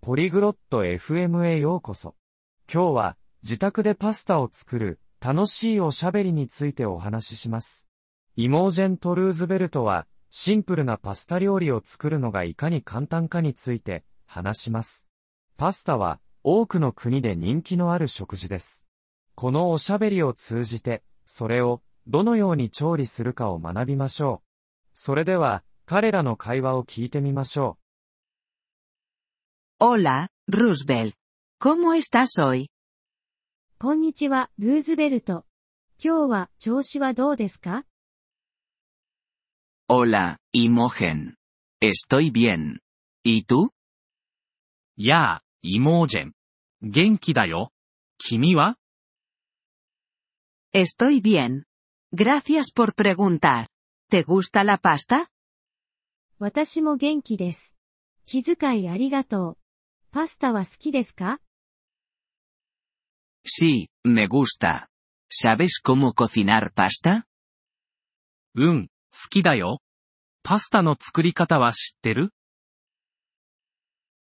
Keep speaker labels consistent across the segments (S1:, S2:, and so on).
S1: ポリグロット FM へようこそ。今日は自宅でパスタを作る楽しいおしゃべりについてお話しします。イモージェント・ルーズベルトはシンプルなパスタ料理を作るのがいかに簡単かについて話します。パスタは多くの国で人気のある食事です。このおしゃべりを通じて、それをどのように調理するかを学びましょう。それでは、彼らの会話を聞いてみましょ
S2: う。Hola, Roosevelt. ¿Cómo estás hoy?
S3: こんにちは、ルーズベルト。今日は調子はどうですか
S2: Hola, Imogen. Estoy bien. ¿Y tú?
S4: やあ、イモージェン。元気だよ。君は
S2: Estoy bien. Gracias por preguntar. ¿Te gusta la pasta?
S3: 私も元気です。気遣いありがとう。パスタは好きですか
S2: Sí, me gusta. ¿Sabes cómo cocinar pasta?
S4: うん、好きだよ。パスタの作り方は知ってる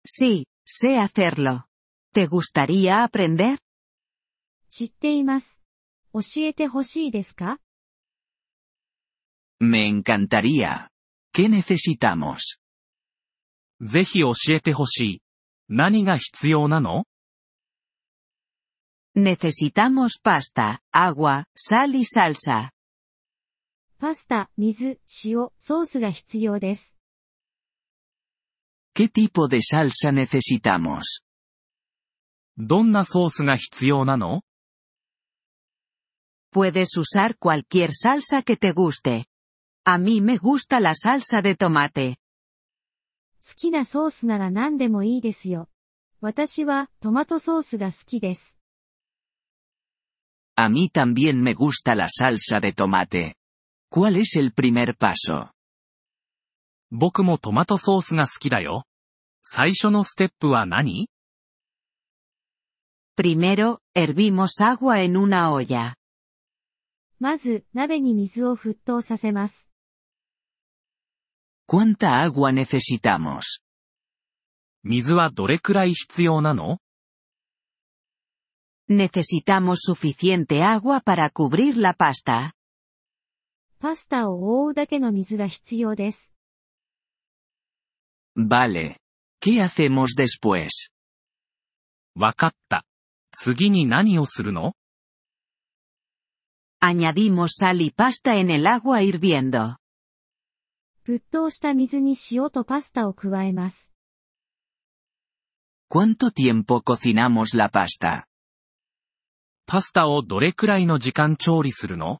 S2: Sí, sé hacerlo. ¿Te gustaría aprender?
S3: 知っています。教えてほしいですか
S2: Me encantaría. ¿Qué necesitamos?
S4: ぜひ教えてほしい。何が必要なの
S2: Necesitamos pasta, agua, sal y salsa.
S3: パスタ、水、塩、ソースが必要です。
S2: ¿Qué tipo de salsa necesitamos?
S4: どんなソースが必要なの
S2: Puedes usar cualquier salsa que te guste. A mí me gusta la salsa de tomate.
S3: 好きなソースなら何でもいいですよ。私はトマトソースが好きです。
S2: A mí también me gusta la salsa de tomate. ¿Cuál es el primer paso?
S4: 僕もトマトソースが好きだよ。最初のステップは何
S2: Primero, hervimos agua en una olla.
S3: まず、鍋に水を沸騰させます。
S2: ¿Cuánta agua necesitamos?
S4: 水はどれくらい必要なの
S2: Necesitamos suficiente agua para cubrir la pasta.
S3: パスタを覆うだけの水が必要です。
S2: Vale. ¿Qué hacemos después?
S4: わかった。次に何をするの
S2: Añadimos sal y pasta en el agua hirviendo.
S3: 沸騰した水に塩とパスタを加えます。
S2: ¿Cuánto tiempo cocinamos la pasta?
S4: パスタをどれくらいの時間調理するの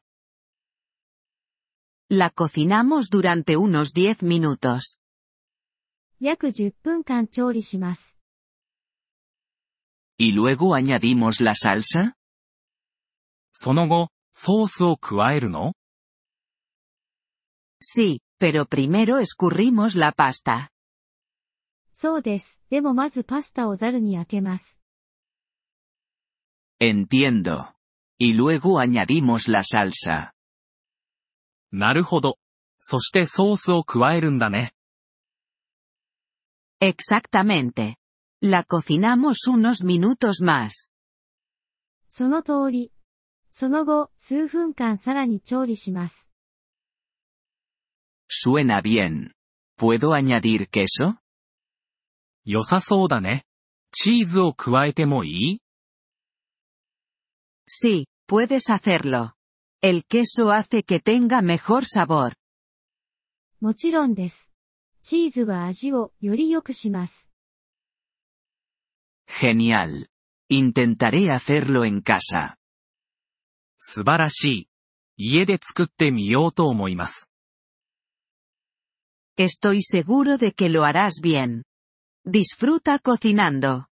S2: La cocinamos durante unos 10 minutos.
S3: 約10分間調理します。
S2: ¿Y luego añadimos la salsa?
S4: その後、ソースを加えるの
S2: Sí, pero primero escurrimos la pasta.
S3: そうです。でもまずパスタをザルに開けます。
S2: entiendo. y luego añadimos la salsa.
S4: なるほど。そしてソースを加えるんだね。
S2: exactamente. la cocinamos unos minutos más.
S3: その通り。その後、数分間さらに調理します。
S2: Suena bien. ¿Puedo añadir queso?
S4: 良さそうだね。チーズを加えてもいい
S2: Sí, puedes hacerlo. El queso hace que tenga mejor sabor.
S3: もちろんです。チーズは味をより良くします。
S2: Genial. Intentaré hacerlo en casa.
S4: 素晴らしい。家で作ってみようと思います。
S2: Estoy seguro de que lo harás bien. Disfruta cocinando.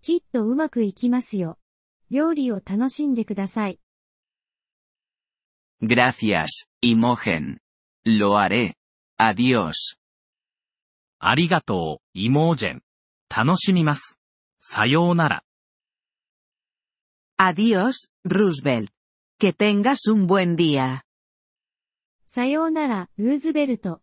S3: きっとうまくいきますよ。料理を楽しんでください。
S2: Gracias, Imogen. Lo haré. Adiós.
S4: ありがとう、イモージェン。楽しみます。さようなら。
S2: Adiós, Roosevelt. Que tengas un buen día.
S3: さようなら、ルーズベルト。